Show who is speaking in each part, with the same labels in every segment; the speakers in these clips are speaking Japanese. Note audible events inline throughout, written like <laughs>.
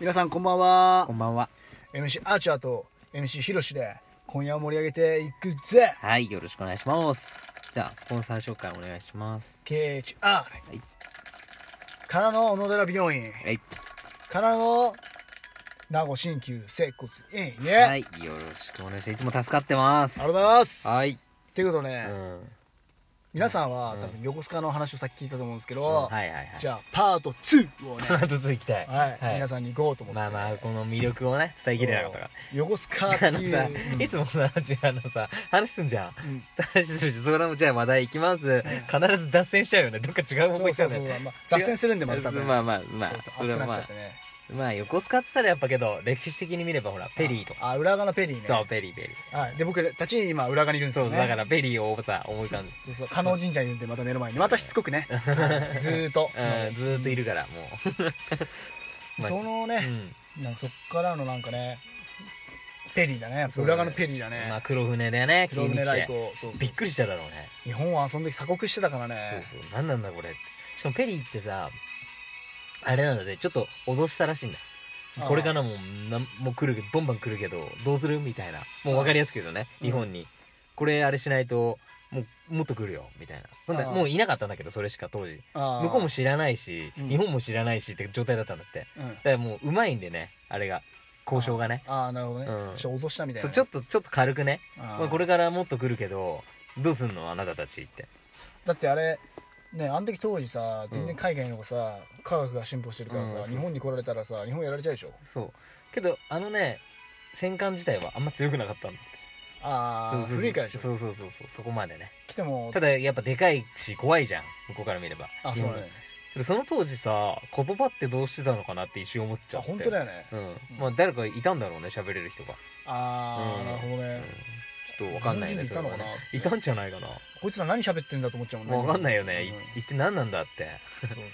Speaker 1: 皆さんこんばんは
Speaker 2: こんばんは。
Speaker 1: MC アーチャーと MC ヒロシで今夜を盛り上げていくぜ
Speaker 2: はい、よろしくお願いします。じゃあ、スポンサー紹介お願いします。
Speaker 1: KHR、からの小野寺美容院
Speaker 2: はい。
Speaker 1: からの名護鍼灸接骨院イエーイ、
Speaker 2: はい、よろしくお願いします。いつも助かってます
Speaker 1: ありが。とうございます
Speaker 2: はい。
Speaker 1: ということで、
Speaker 2: う
Speaker 1: ね
Speaker 2: ん。
Speaker 1: 皆さんは
Speaker 2: うん
Speaker 1: 多分横須賀の話をさっき聞いたと思うんですけど、
Speaker 2: はいはいはい。
Speaker 1: じゃあパート2をね
Speaker 2: <laughs> この後続きたい。
Speaker 1: はい、皆さんに行こうと思って
Speaker 2: まあまあ、この魅力をね、伝えきれなかったから。
Speaker 1: 横須賀
Speaker 2: <laughs> あ
Speaker 1: って
Speaker 2: の
Speaker 1: い
Speaker 2: さ
Speaker 1: う、うん
Speaker 2: いつもさ、違うあのさ、話すんじゃん。
Speaker 1: うん
Speaker 2: 話するし、それもじゃあ話題いきます。必ず脱線しちゃうよね。どっか違う
Speaker 1: そ
Speaker 2: 方向行
Speaker 1: う
Speaker 2: っち
Speaker 1: そう
Speaker 2: ゃう
Speaker 1: そう
Speaker 2: ね。
Speaker 1: まあ脱線するんでまたね
Speaker 2: まあまあまあ
Speaker 1: そうそう、
Speaker 2: それ
Speaker 1: 熱
Speaker 2: は
Speaker 1: くな
Speaker 2: ま
Speaker 1: っちゃっ
Speaker 2: あ
Speaker 1: て、ね
Speaker 2: まあ横須賀って言ったらやっぱけど、歴史的に見ればほら、ペリーとか。
Speaker 1: あ裏側のペリーね
Speaker 2: そう、ペリーペリー。
Speaker 1: はい、で僕たち今裏側にいるんです
Speaker 2: そ
Speaker 1: よ、
Speaker 2: う、
Speaker 1: ね、
Speaker 2: だからペリーをさ、思い浮 <laughs> かんで。
Speaker 1: そうそう加納神社にいるんでまた目の前にまたしつこく
Speaker 2: <laughs>
Speaker 1: ねずーっと、
Speaker 2: うん、ずーっといるから、も <laughs> う。
Speaker 1: その
Speaker 2: う
Speaker 1: ね、
Speaker 2: ん。
Speaker 1: なんかそっからのなんかねペリーだねやっぱ
Speaker 2: そうだね
Speaker 1: 裏側のペリーだね
Speaker 2: まあ、黒船でね、急
Speaker 1: 黒
Speaker 2: に
Speaker 1: 船
Speaker 2: 来
Speaker 1: ライト
Speaker 2: て。
Speaker 1: をそうそう
Speaker 2: びっくりしただろうね。
Speaker 1: 日本はその時鎖国してたから
Speaker 2: そう
Speaker 1: ね
Speaker 2: そう、なんなんだこれって。しかもペリーってさ、あれなんだぜ、ちょっと脅したらしいんだ。これか
Speaker 1: な
Speaker 2: らもう、なんもう来る、ボンバン来るけど、どうするみたいな。もうわかりやすく言うとね、
Speaker 1: うん
Speaker 2: 日本に。これあれしないと、もう、もっと来るよ、みたいな。そんな、
Speaker 1: あー
Speaker 2: もういなかったんだけど、それしか当時。向
Speaker 1: 向
Speaker 2: こうも知らないし、
Speaker 1: うん
Speaker 2: 日本も知らないしって状態だったんだって。
Speaker 1: うん
Speaker 2: だからもう、うまいんでね、あれが。交渉がね。
Speaker 1: ああなるほどね、
Speaker 2: うん
Speaker 1: ちょっと脅したみたいな
Speaker 2: そう
Speaker 1: ね、
Speaker 2: ちょっとちょっと軽くね、
Speaker 1: あー
Speaker 2: まあ、これからもっと来るけどどうすんのあなたたちって
Speaker 1: だってあれねあの時当時さ全然海外の方がさ、科学が進歩してるからさ、
Speaker 2: うん
Speaker 1: 日本に来られたらさ日本やられちゃうでしょ
Speaker 2: そうけどあのね戦艦自体はあんま強くなかったんだ
Speaker 1: あ
Speaker 2: そ
Speaker 1: あ
Speaker 2: うそうそう
Speaker 1: 古いからでしょ
Speaker 2: そうそうそうそうそこまでね
Speaker 1: 来ても
Speaker 2: ただやっぱでかいし怖いじゃん向こうから見れば
Speaker 1: あそうだね
Speaker 2: でその当時さ言葉ってどうしてたのかなって一瞬思っち
Speaker 1: あ
Speaker 2: ゃって
Speaker 1: 本当だよね
Speaker 2: うんまあ誰かいたんだろうね喋れる人が、
Speaker 1: ああ、
Speaker 2: うん
Speaker 1: なるほど
Speaker 2: うん
Speaker 1: ね、
Speaker 2: ちょっとわかんないね
Speaker 1: 日本人いたのかな
Speaker 2: それはねいたんじゃないかな
Speaker 1: こいつら何喋ってんだと思っちゃうもんね
Speaker 2: わかんないよね、い
Speaker 1: うん
Speaker 2: 一体何なんだって
Speaker 1: そうそうそう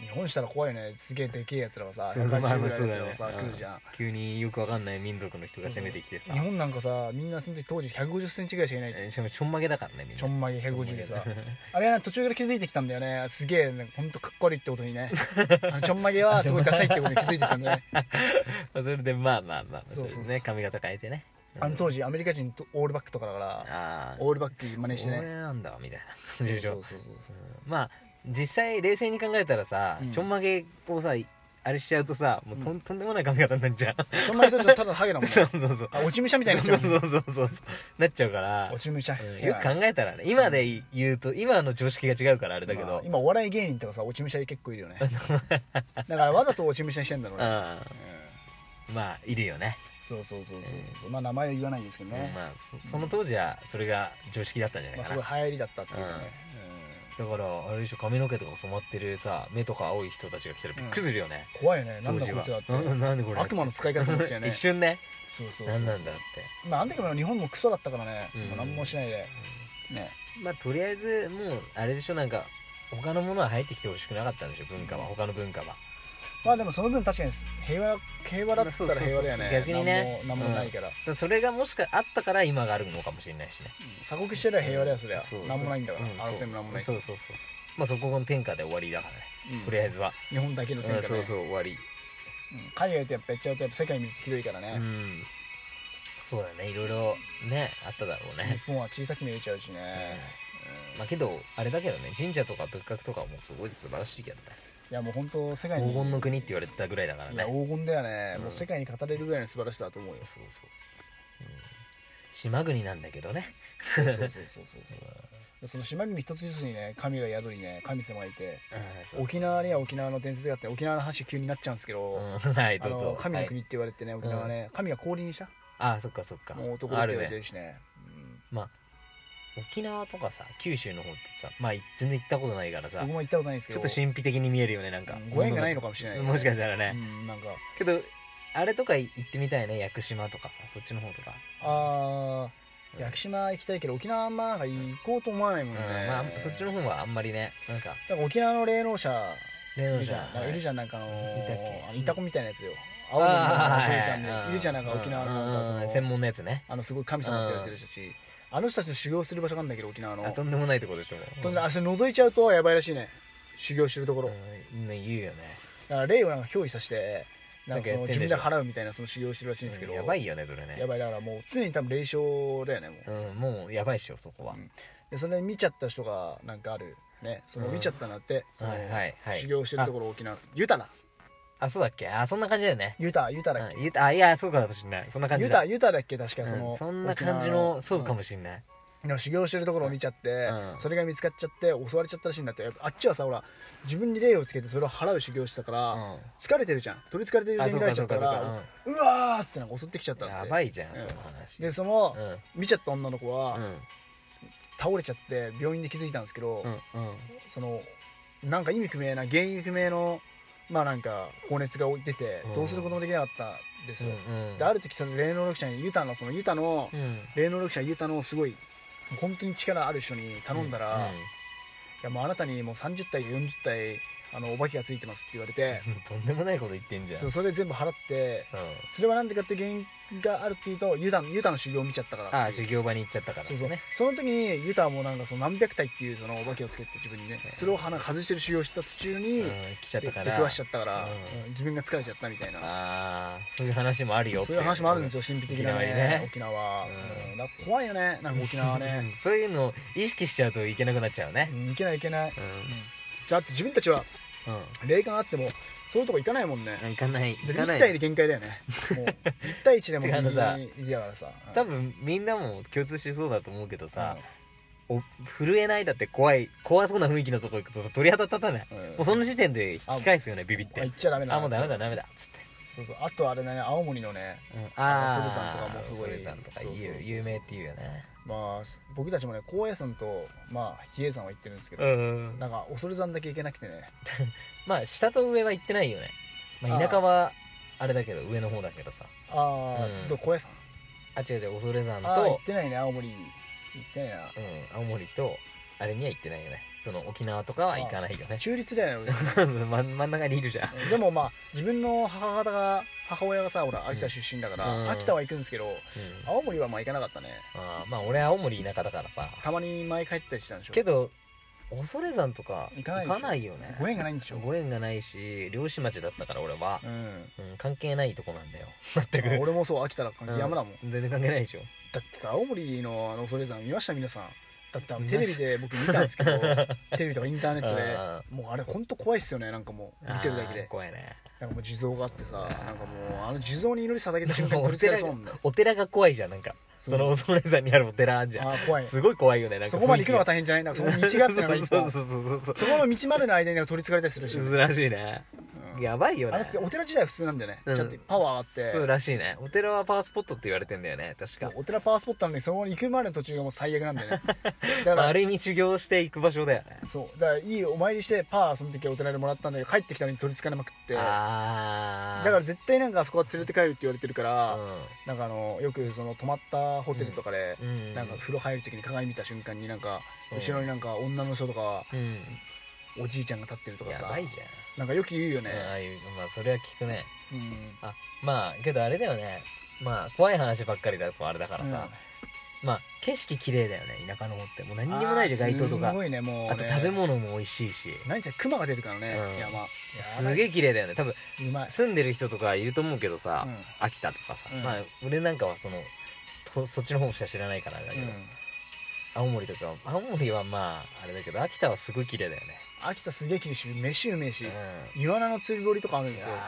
Speaker 1: 日本したら怖いよねすげえでけえやつらはさ
Speaker 2: そうそうまあ
Speaker 1: 180
Speaker 2: ま
Speaker 1: ぐ
Speaker 2: あ
Speaker 1: らい
Speaker 2: そ
Speaker 1: のやつらは
Speaker 2: うだよ
Speaker 1: さ来
Speaker 2: ねう
Speaker 1: る
Speaker 2: ん
Speaker 1: じゃん
Speaker 2: 急によくわかんない民族の人が攻めてきてさ
Speaker 1: 日本なんかさみんなその時当時1 5 0ンチぐらいしかいないじゃん
Speaker 2: えーしかもちょんまげだからねみんな
Speaker 1: ちょんまげ150で
Speaker 2: ちょ
Speaker 1: さ
Speaker 2: んまげだ
Speaker 1: あれは途中から気づいてきたんだよねすげえなんかほんとかっこ悪いってことに
Speaker 2: <laughs>
Speaker 1: ねあのちょんまげはすごいダサいってことに気づいてきたんだよね
Speaker 2: まあそれでまあまあまあまあ
Speaker 1: そうそうそう
Speaker 2: それでね髪型変えてね
Speaker 1: あの当時アメリカ人とオールバックとかだから
Speaker 2: あ
Speaker 1: オールバック真似して
Speaker 2: 俺
Speaker 1: ね
Speaker 2: なんだみたいな感じでし <laughs>
Speaker 1: そ
Speaker 2: ょ
Speaker 1: うそうそう
Speaker 2: うんまあ実際冷静に考えたらさ
Speaker 1: うん
Speaker 2: ちょんまげをさあれしちゃうとさもうと
Speaker 1: うん
Speaker 2: んとんでもない髪型になっちゃ
Speaker 1: ちょんまげとちょっとただのハゲだ
Speaker 2: う
Speaker 1: もん
Speaker 2: <laughs> そう
Speaker 1: ね
Speaker 2: そうそうそう
Speaker 1: あ落ち武者みたいになっち
Speaker 2: <laughs> そ
Speaker 1: ゃ
Speaker 2: う
Speaker 1: うもん
Speaker 2: そうそうそうなっちゃうから
Speaker 1: 落ち武者
Speaker 2: うんよく考えたらね今で言うと今の常識が違うからあれだけ
Speaker 1: まあ
Speaker 2: ど
Speaker 1: 今お笑い芸人とかさ落ち武者結構いる
Speaker 2: <laughs>
Speaker 1: よねだからわざと落ち武者にしてんだろうね、うん
Speaker 2: うんまあいるよね
Speaker 1: そうそうそうそうそうまあ名前は言わないんですけどね、
Speaker 2: まあそその当時はそれが常識だったんじゃない
Speaker 1: まあ、
Speaker 2: か
Speaker 1: す
Speaker 2: な
Speaker 1: ごい流行りだったっていうね、
Speaker 2: だからあれでしょ髪の毛とか染まってるさ目とか青い人たちが来たらびっくりするよね、
Speaker 1: うん怖いよねなんだ
Speaker 2: 当時
Speaker 1: こい
Speaker 2: は
Speaker 1: つはって
Speaker 2: ななんでこれ
Speaker 1: 悪魔の使い方になっちゃうね
Speaker 2: 一瞬ね
Speaker 1: そうそうそう
Speaker 2: 何なんだって
Speaker 1: まああの時も日本もクソだったからね、
Speaker 2: うん
Speaker 1: もう何もしないで、ね
Speaker 2: まあとりあえずもうあれでしょなんか他のものは入ってきてほしくなかったんでしょ文化は他の文化は
Speaker 1: まあでもその分確かに平和平和だったら平和だよね
Speaker 2: そうそうそうそう逆にね
Speaker 1: 何も何もないから、
Speaker 2: だからそれがもしかあったから今があるのかもしれないしね
Speaker 1: 鎖国してりゃ平和だよそりゃ、
Speaker 2: そうそう
Speaker 1: 何もないんだから、
Speaker 2: う
Speaker 1: 争いも何もない
Speaker 2: そうそうそうまあそこの天下で終わりだからね、とりあえずは、
Speaker 1: ず日本だけの
Speaker 2: うん
Speaker 1: 天下で、
Speaker 2: そうそう終わり
Speaker 1: うん海外とやっぱやっちゃうとやっぱ世界見ると広いから
Speaker 2: う
Speaker 1: ね、
Speaker 2: んそうだねいろいろねあっただろう
Speaker 1: 日
Speaker 2: ね、
Speaker 1: 本は小さく見えちゃうしね、うん
Speaker 2: まあけどあれだけどね神社とか仏閣とかもすごい素晴らしいけどね
Speaker 1: いやもう本当世界に
Speaker 2: 黄金の国って言われてたぐらいだから
Speaker 1: いや
Speaker 2: ね
Speaker 1: 黄金だよね、
Speaker 2: うん
Speaker 1: もう世界に語れるぐらいの素晴らしさだと
Speaker 2: <laughs>
Speaker 1: 思うよ
Speaker 2: そうそうそう、うん島国なんだけどね
Speaker 1: そう
Speaker 2: <laughs>
Speaker 1: そうそうそうそうその島国一つずつにね神が宿りね神様がいて沖縄には沖縄の伝説があって沖縄の話急になっちゃうんですけど、
Speaker 2: うんはい
Speaker 1: あ
Speaker 2: ど
Speaker 1: の
Speaker 2: うぞ
Speaker 1: 神の
Speaker 2: はい
Speaker 1: 国って言われてね沖縄はね、神が氷にした
Speaker 2: あそっかそっか
Speaker 1: もう男だ
Speaker 2: あ
Speaker 1: って言
Speaker 2: る
Speaker 1: われて
Speaker 2: ね
Speaker 1: るしね
Speaker 2: 沖縄とかさ九州の方ってさまあ全然行ったことないから
Speaker 1: うん
Speaker 2: さ
Speaker 1: 僕も行ったことないんですけ
Speaker 2: ちょ
Speaker 1: ど
Speaker 2: っと神秘的に見えるよねなんか
Speaker 1: うんご縁がないのかもしれないね、
Speaker 2: もしかしたら
Speaker 1: う
Speaker 2: ね
Speaker 1: んなんか
Speaker 2: けどあれとか行ってみたいね屋久島とかさそっちの方とか
Speaker 1: あー屋久島行きたいけど沖縄あんまなんか行こうと思わないもんね、
Speaker 2: うんまあそっちの方はあんまりねなんか
Speaker 1: なんか沖縄の霊能者
Speaker 2: 例
Speaker 1: い
Speaker 2: の
Speaker 1: る
Speaker 2: じ
Speaker 1: じゃ
Speaker 2: ゃ
Speaker 1: ん
Speaker 2: ん
Speaker 1: なんかいるじゃんなんかあの
Speaker 2: いたっけ
Speaker 1: あのイタコみたいなやつよ青森の
Speaker 2: あー
Speaker 1: そういうさん
Speaker 2: はいはい
Speaker 1: でいるじゃんなんか沖縄のなんかそ
Speaker 2: うんうん
Speaker 1: の
Speaker 2: 専門のやつね
Speaker 1: あのすごい神様って言われてる人たちあの人たちの修行する場所があるんだけど沖縄
Speaker 2: あ
Speaker 1: の
Speaker 2: とんでもないとこでしょ
Speaker 1: とんであそれ覗いちゃうとやばいらしいね修行してるところ
Speaker 2: うんね言うよね
Speaker 1: だから霊をなんか憑依させてなんかその
Speaker 2: なんかやってん
Speaker 1: 自分
Speaker 2: でしょ
Speaker 1: で払うみたいなその修行してるらしいんですけど、
Speaker 2: うんやばいよねそれね
Speaker 1: やばいだからもう常に多分霊障だよねもう、
Speaker 2: うんもうやばいっしょそこは、
Speaker 1: うんでそれ見ちゃった人がなんかあるねその
Speaker 2: うん
Speaker 1: 見ちゃったなって、その
Speaker 2: はいはいはい
Speaker 1: 修行してるところ沖縄ユタだ
Speaker 2: あそうだっけあそんな感じだよね
Speaker 1: ユタユタだっ
Speaker 2: うん言うたあいやそうかもしんないそんな
Speaker 1: け
Speaker 2: 感
Speaker 1: ユ
Speaker 2: じ
Speaker 1: タ
Speaker 2: だ
Speaker 1: ユタだっけ確かその、
Speaker 2: うんそんな感じのそうか
Speaker 1: も、
Speaker 2: もしんない
Speaker 1: うんの修行してるところを見ちゃって、
Speaker 2: うん
Speaker 1: それが見つかっちゃって襲われちゃったらしいんだってやっぱあっちはさほら自分に霊をつけてそれを払う修行してたから、
Speaker 2: うん
Speaker 1: 疲れてるじゃん取り憑かれてる時
Speaker 2: あ
Speaker 1: 間
Speaker 2: そ
Speaker 1: に慣
Speaker 2: う
Speaker 1: れ
Speaker 2: か
Speaker 1: ちゃ
Speaker 2: そ
Speaker 1: っ
Speaker 2: う
Speaker 1: た
Speaker 2: かそう
Speaker 1: か
Speaker 2: からうん
Speaker 1: うわーっつってなんか襲ってきちゃったんだって
Speaker 2: やばいじゃ
Speaker 1: う
Speaker 2: ん、
Speaker 1: ん
Speaker 2: その話
Speaker 1: でその、
Speaker 2: うん
Speaker 1: 見ちゃった女の子は、
Speaker 2: うん
Speaker 1: 倒れちゃって病院で気づいたんですけど、
Speaker 2: うんうん
Speaker 1: そのなんか意味不明な原因不明のまあなんか高熱が出て
Speaker 2: うん
Speaker 1: どうすることもできなかったんですよ、
Speaker 2: うん
Speaker 1: である時その霊能力者にユタのそのユタの、
Speaker 2: うん
Speaker 1: 霊能力者ユタのすごい本当に力ある人に頼んだら、
Speaker 2: うん
Speaker 1: いやもうあなたにもう30体40体あのお化けがついてますって言われて、
Speaker 2: とんでもないこと言ってんじゃん
Speaker 1: そうそれで全部払って
Speaker 2: うん
Speaker 1: それはなんでかって原因があるっていうとユタのユタの修行を見ちゃったからっていう
Speaker 2: ああ修行場に行っちゃったから
Speaker 1: そうそうその時にユタはもうなんかその何百体っていうそのお化けをつけて自分にねそれを鼻外してる修行した途中に、
Speaker 2: うん来ちゃっ
Speaker 1: で
Speaker 2: た
Speaker 1: 出
Speaker 2: から
Speaker 1: くわしちゃったから、
Speaker 2: うん
Speaker 1: うん自分が疲れちゃったみたいな
Speaker 2: ああそういう話もあるよって
Speaker 1: そういう話もあるんですよ神秘的なね沖
Speaker 2: 沖
Speaker 1: 縄は、
Speaker 2: うん
Speaker 1: うんだから怖いよねなんか沖縄は
Speaker 2: う
Speaker 1: ね、
Speaker 2: んそういうのを意識しちゃうといけなくなっちゃうね
Speaker 1: うんいけないいけない、
Speaker 2: う
Speaker 1: うん
Speaker 2: ん
Speaker 1: だって自分たちは
Speaker 2: う
Speaker 1: 霊感あってもそういうとこ行かないもんね、
Speaker 2: ん行かない
Speaker 1: で
Speaker 2: 行か
Speaker 1: 1
Speaker 2: な
Speaker 1: 対で
Speaker 2: い
Speaker 1: 限界だよねもう1対1でも
Speaker 2: <laughs> 違うあのさ
Speaker 1: いやからさ
Speaker 2: 多分みんなも共通しそうだと思うけど
Speaker 1: うん
Speaker 2: さお震えないだって怖い怖そうな雰囲気のとこ行くとさ鳥肌立たない
Speaker 1: うん
Speaker 2: もうその時点で引き返すよねビビっ
Speaker 1: あ
Speaker 2: て
Speaker 1: 行っちゃダメだ
Speaker 2: あもうダメだダメだっつって
Speaker 1: そうそうあとあれだね青森のね
Speaker 2: ああ
Speaker 1: ソルさんとかもすごい
Speaker 2: ソルさんとか
Speaker 1: そうそうそう
Speaker 2: 有有名っていうよね
Speaker 1: まあ僕たちもね高野山とまあ比叡山は行ってるんですけど、
Speaker 2: うん
Speaker 1: なんか恐山だけ行けなくてね
Speaker 2: まあ下と上は行ってないよね、まあ、田舎はあれだけど上の方だけどさ
Speaker 1: ああ、
Speaker 2: うん
Speaker 1: ど高野山
Speaker 2: あ違う違う恐山
Speaker 1: あー行
Speaker 2: と
Speaker 1: ってないね青森行ってないな
Speaker 2: うん、青森とあれには行ってないよねその沖縄とかは行かないよね
Speaker 1: 中立だよね
Speaker 2: <laughs> 真ん真ん中にいるじゃん
Speaker 1: 俺でもまあ自分の母方が母親がさほら秋田出身だから、
Speaker 2: うん
Speaker 1: 秋田は行くんですけど
Speaker 2: うん
Speaker 1: 青森はまあ行かなかったね
Speaker 2: あーまあ俺は青森田舎だからさ
Speaker 1: たまに前帰ったりしたんでしょ
Speaker 2: けど恐山とか
Speaker 1: 行
Speaker 2: 行
Speaker 1: かない
Speaker 2: か
Speaker 1: でしょ
Speaker 2: ないよね
Speaker 1: ご縁がないんでしょ
Speaker 2: ご縁がないし漁師町だったから俺は
Speaker 1: う、ん
Speaker 2: うん、関係ないとこなんだよ全く
Speaker 1: あ俺もそう秋田だから山だもん、
Speaker 2: うん全然関係ないでしょ
Speaker 1: だってさ青森のあの恐山見ました皆さんだってあのテレビで僕見たんですけ <laughs> どテレビとかインター <laughs> ネットで
Speaker 2: あ
Speaker 1: もうあれ本当怖いっすよねなんかもう見てるだけ
Speaker 2: あー
Speaker 1: で
Speaker 2: 怖いね
Speaker 1: なんかもう地蔵があってさなんかもうあの地蔵に祈り捧げた瞬間に
Speaker 2: も
Speaker 1: 取
Speaker 2: う
Speaker 1: りつかれそうなんだよ
Speaker 2: お寺が怖いじゃんなんかその恐山にあるお寺あんじゃん
Speaker 1: あー怖い
Speaker 2: すごい怖いよねなんか
Speaker 1: そこまで行くのが
Speaker 2: が
Speaker 1: 大変じゃないなんか <laughs> そこに道があってなんか一
Speaker 2: そう
Speaker 1: 本
Speaker 2: そうそうそう
Speaker 1: そこの道までの間になんか取りつかれたりするし、うん
Speaker 2: 珍しいねやばいよね
Speaker 1: あれってお寺自体普通なんだよね、
Speaker 2: うん
Speaker 1: ちゃんとパワーあって
Speaker 2: そうらしいねお寺はパワースポットって言われてんだよね確
Speaker 1: そ
Speaker 2: か
Speaker 1: うお寺パワースポットなのにその行くまでの途中がもう最悪なん
Speaker 2: <laughs>
Speaker 1: だよねだか
Speaker 2: まあ
Speaker 1: ら
Speaker 2: ある意味修行していく場所だよね
Speaker 1: そうだからいいお参りしてパワーその時はお寺でもらったんだけど帰ってきたのに取りつかれまくってだ
Speaker 2: ああ
Speaker 1: から絶対なんかあそこは連れて帰るって言われてるから、
Speaker 2: う
Speaker 1: なんかあのよくその泊まったホテルとかで、
Speaker 2: んうん
Speaker 1: なんか風呂入る時に鏡見た瞬間になんか
Speaker 2: うん
Speaker 1: 後ろになんか女の人とか
Speaker 2: うん
Speaker 1: おじいちゃんが立ってるとか
Speaker 2: や
Speaker 1: さ
Speaker 2: ばいじ
Speaker 1: なんかよく言うよ
Speaker 2: ゃん、うんあ
Speaker 1: ね
Speaker 2: あいうまあそれは聞くね
Speaker 1: うん、
Speaker 2: あまあけどあれだよねまあ怖い話ばっかりだとあれだからさ、まあ景色綺麗だよね田舎の方ってもう何にもないで街灯と
Speaker 1: あー
Speaker 2: か
Speaker 1: すごいねもう、ね、
Speaker 2: あと食べ物も美味しいし
Speaker 1: 何せ熊が出るからね、
Speaker 2: うん
Speaker 1: 山
Speaker 2: すげえ綺麗だよね多分
Speaker 1: えうまい
Speaker 2: 住んでる人とかいると思うけどさ、
Speaker 1: うん
Speaker 2: 秋田とかさ、
Speaker 1: うん
Speaker 2: まあ俺なんかはそのとそっちの方しか知らないからあれだけど、
Speaker 1: うん
Speaker 2: 青森とかは青森はまああれだけど秋田はすごい綺麗だよね、
Speaker 1: 秋田すげえきるし飯うめえし、
Speaker 2: う
Speaker 1: イワナの釣り堀とかあるん
Speaker 2: ん、い
Speaker 1: ですよ
Speaker 2: や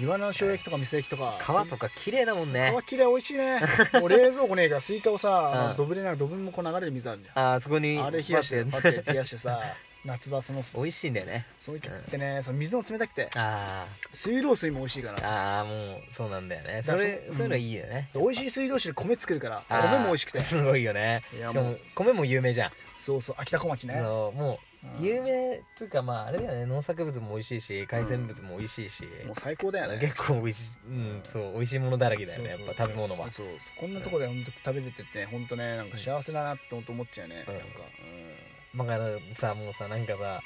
Speaker 1: イワナの塩焼きとか店焼きとか
Speaker 2: 川とか綺麗だもんね
Speaker 1: 皮きれい美味しい
Speaker 2: <laughs>
Speaker 1: ねもう冷蔵庫ねえからスイカをさ、
Speaker 2: うん
Speaker 1: ドブでなんかドブもこう流れる水あるじゃ
Speaker 2: あーそこに
Speaker 1: んあれ冷やして
Speaker 2: 待
Speaker 1: パ
Speaker 2: っ
Speaker 1: ッて冷やして
Speaker 2: <laughs>
Speaker 1: さ夏場その
Speaker 2: 美味しいんだよね
Speaker 1: その時ってね、その水も冷たくて
Speaker 2: あ
Speaker 1: 水道水も美味しいか
Speaker 2: ー
Speaker 1: ら
Speaker 2: あーもうそうなんだよねそ
Speaker 1: だから
Speaker 2: れ
Speaker 1: そ
Speaker 2: そういうのいいよね、
Speaker 1: 美味しい水道水で米作るから
Speaker 2: あー
Speaker 1: 米も美味しくて
Speaker 2: すごいよね
Speaker 1: い
Speaker 2: し
Speaker 1: や
Speaker 2: か
Speaker 1: も
Speaker 2: も
Speaker 1: う
Speaker 2: 米も有名じゃん、
Speaker 1: そうそう秋田小町ね
Speaker 2: そうも
Speaker 1: うん
Speaker 2: う有名っつうかまああれだよね農作物も美味しいし海鮮物も美味しいし、
Speaker 1: もう最高だよね
Speaker 2: 結構美味しい、うん、そう美味しいものだらけだよね
Speaker 1: そう
Speaker 2: やっ
Speaker 1: そう
Speaker 2: ぱ食べ物は
Speaker 1: そうそうこんなとこで本当食べれてて本当ねなんか幸せだなって本当思っちゃうね、
Speaker 2: うん
Speaker 1: なんか、
Speaker 2: だからさもうさなんかさ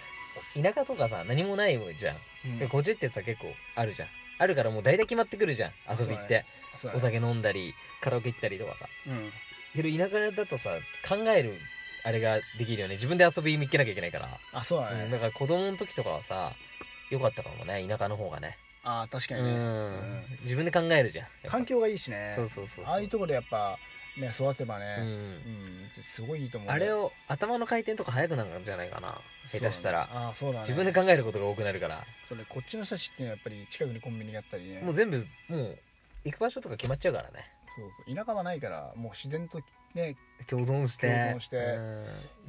Speaker 2: 田舎とかさ何もないじゃん、
Speaker 1: うん
Speaker 2: でこっちってさ結構あるじゃんあるからもう大体決まってくるじゃん遊び行って、
Speaker 1: そうだね
Speaker 2: お酒飲んだりカラオケ行ったりとかさ
Speaker 1: うん
Speaker 2: けど田舎だとさ考えるあれができるよね自分で遊びに行けなきゃいけないから、
Speaker 1: あそうだ
Speaker 2: うん
Speaker 1: ね、
Speaker 2: だから子供の時とかはさ良かったかもね田舎の方がね
Speaker 1: ああ確か
Speaker 2: う
Speaker 1: にね、
Speaker 2: ん
Speaker 1: うん
Speaker 2: 自分で考えるじゃんやっぱ
Speaker 1: 環境がいいしね
Speaker 2: そうそうそうそう
Speaker 1: ああいうところでやっぱね育てば
Speaker 2: う
Speaker 1: ね
Speaker 2: ん
Speaker 1: うん、すごいいいと思う
Speaker 2: あれを頭の回転とか速くなるんじゃないかな下手したら、
Speaker 1: ああそうだね
Speaker 2: 自分で考えることが多くなるから
Speaker 1: それこっちの人たちっていうのはやっぱり近くにコンビニがあったりね
Speaker 2: もう全部もう行く場所とか決まっちゃうからね
Speaker 1: そうそう田舎はないからもう自然とね
Speaker 2: 共存して
Speaker 1: 共存して
Speaker 2: う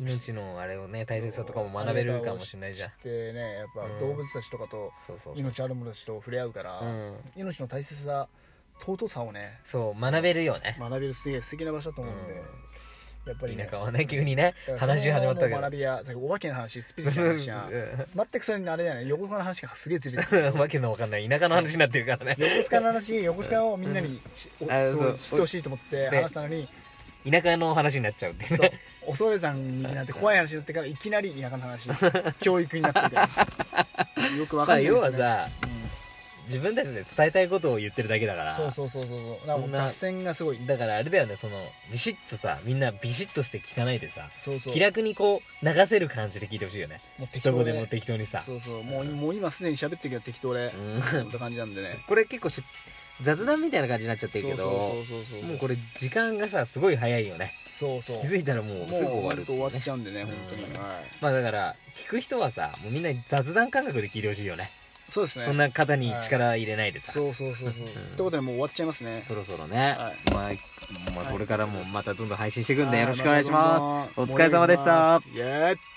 Speaker 2: ん命のあれをね大切さとかも学べるかもしれないじゃん
Speaker 1: でねやっぱ
Speaker 2: うん
Speaker 1: 動物たちとかと
Speaker 2: そうそうそう、
Speaker 1: 命ある者たちと触れ合うから、
Speaker 2: うん、
Speaker 1: 命の大切さ尊さをね
Speaker 2: そう学べるよね、
Speaker 1: 学べるすげえ素敵な場所だと思うんで、
Speaker 2: うん
Speaker 1: やっぱりね
Speaker 2: 田舎はね急にね
Speaker 1: だから
Speaker 2: 話が始まった
Speaker 1: そ
Speaker 2: わ
Speaker 1: れ
Speaker 2: け
Speaker 1: はもう学
Speaker 2: ど
Speaker 1: びやお化けの話スピリチュアルの話
Speaker 2: <laughs>
Speaker 1: じゃん全くそれにあれだよね横須賀の話がすげえずれてる
Speaker 2: わけのわかんない田舎の話になってるからね
Speaker 1: 横須賀の話横須賀をみんなにし、お
Speaker 2: あ
Speaker 1: そう知って
Speaker 2: そう
Speaker 1: ほしいと思って
Speaker 2: ね
Speaker 1: 話したのに、
Speaker 2: 田舎の話になっちゃうってい
Speaker 1: そ
Speaker 2: う
Speaker 1: う
Speaker 2: ね
Speaker 1: 恐山になって怖い話になってからいきなり田舎の
Speaker 2: <laughs>
Speaker 1: 話教育になっててよくわ
Speaker 2: ま
Speaker 1: かん
Speaker 2: あ
Speaker 1: ない
Speaker 2: 要は
Speaker 1: ですね、
Speaker 2: さ自分たちで伝えたいことを言ってるだけだか
Speaker 1: う
Speaker 2: ら
Speaker 1: んそうそうそうそうそうだからも
Speaker 2: そ
Speaker 1: うん
Speaker 2: な
Speaker 1: 脱線がすごい
Speaker 2: だからあれだよねそのビシッとさみんなビシッとして聞かないでさ
Speaker 1: そうそう
Speaker 2: 気楽にこう流せる感じで聞いてほしいよね
Speaker 1: もう適
Speaker 2: ど
Speaker 1: 当
Speaker 2: こ
Speaker 1: で
Speaker 2: でも適当にさ
Speaker 1: そうそうもう,、もう今すでに喋ってるけど適当で
Speaker 2: うん
Speaker 1: <laughs> こんな感じなんで
Speaker 2: <laughs>
Speaker 1: ね
Speaker 2: これ結構し雑談みたいな感じになっちゃってるけど
Speaker 1: そうそうそうそう
Speaker 2: もうこれ時間がさすごい早いよね
Speaker 1: そうそう
Speaker 2: 気づいたらもうすぐ終わ
Speaker 1: もう本当
Speaker 2: るってい
Speaker 1: 終
Speaker 2: う
Speaker 1: わ
Speaker 2: ね
Speaker 1: っちゃうんでね本当に、
Speaker 2: うん
Speaker 1: はい
Speaker 2: まあだから聞く人はさもうみんな雑談感覚で聞いてほしいよね
Speaker 1: そうですね
Speaker 2: そんな肩に力入れないでさ、
Speaker 1: そうそうそうそうってことでもう終わっちゃいますね
Speaker 2: そろそろね、
Speaker 1: はい
Speaker 2: まあ、まあ
Speaker 1: はい
Speaker 2: これからもまたどんどん配信していくん
Speaker 1: は
Speaker 2: で
Speaker 1: い
Speaker 2: よろしくお願いします、お疲れ様でした
Speaker 1: お願いしますイエーイ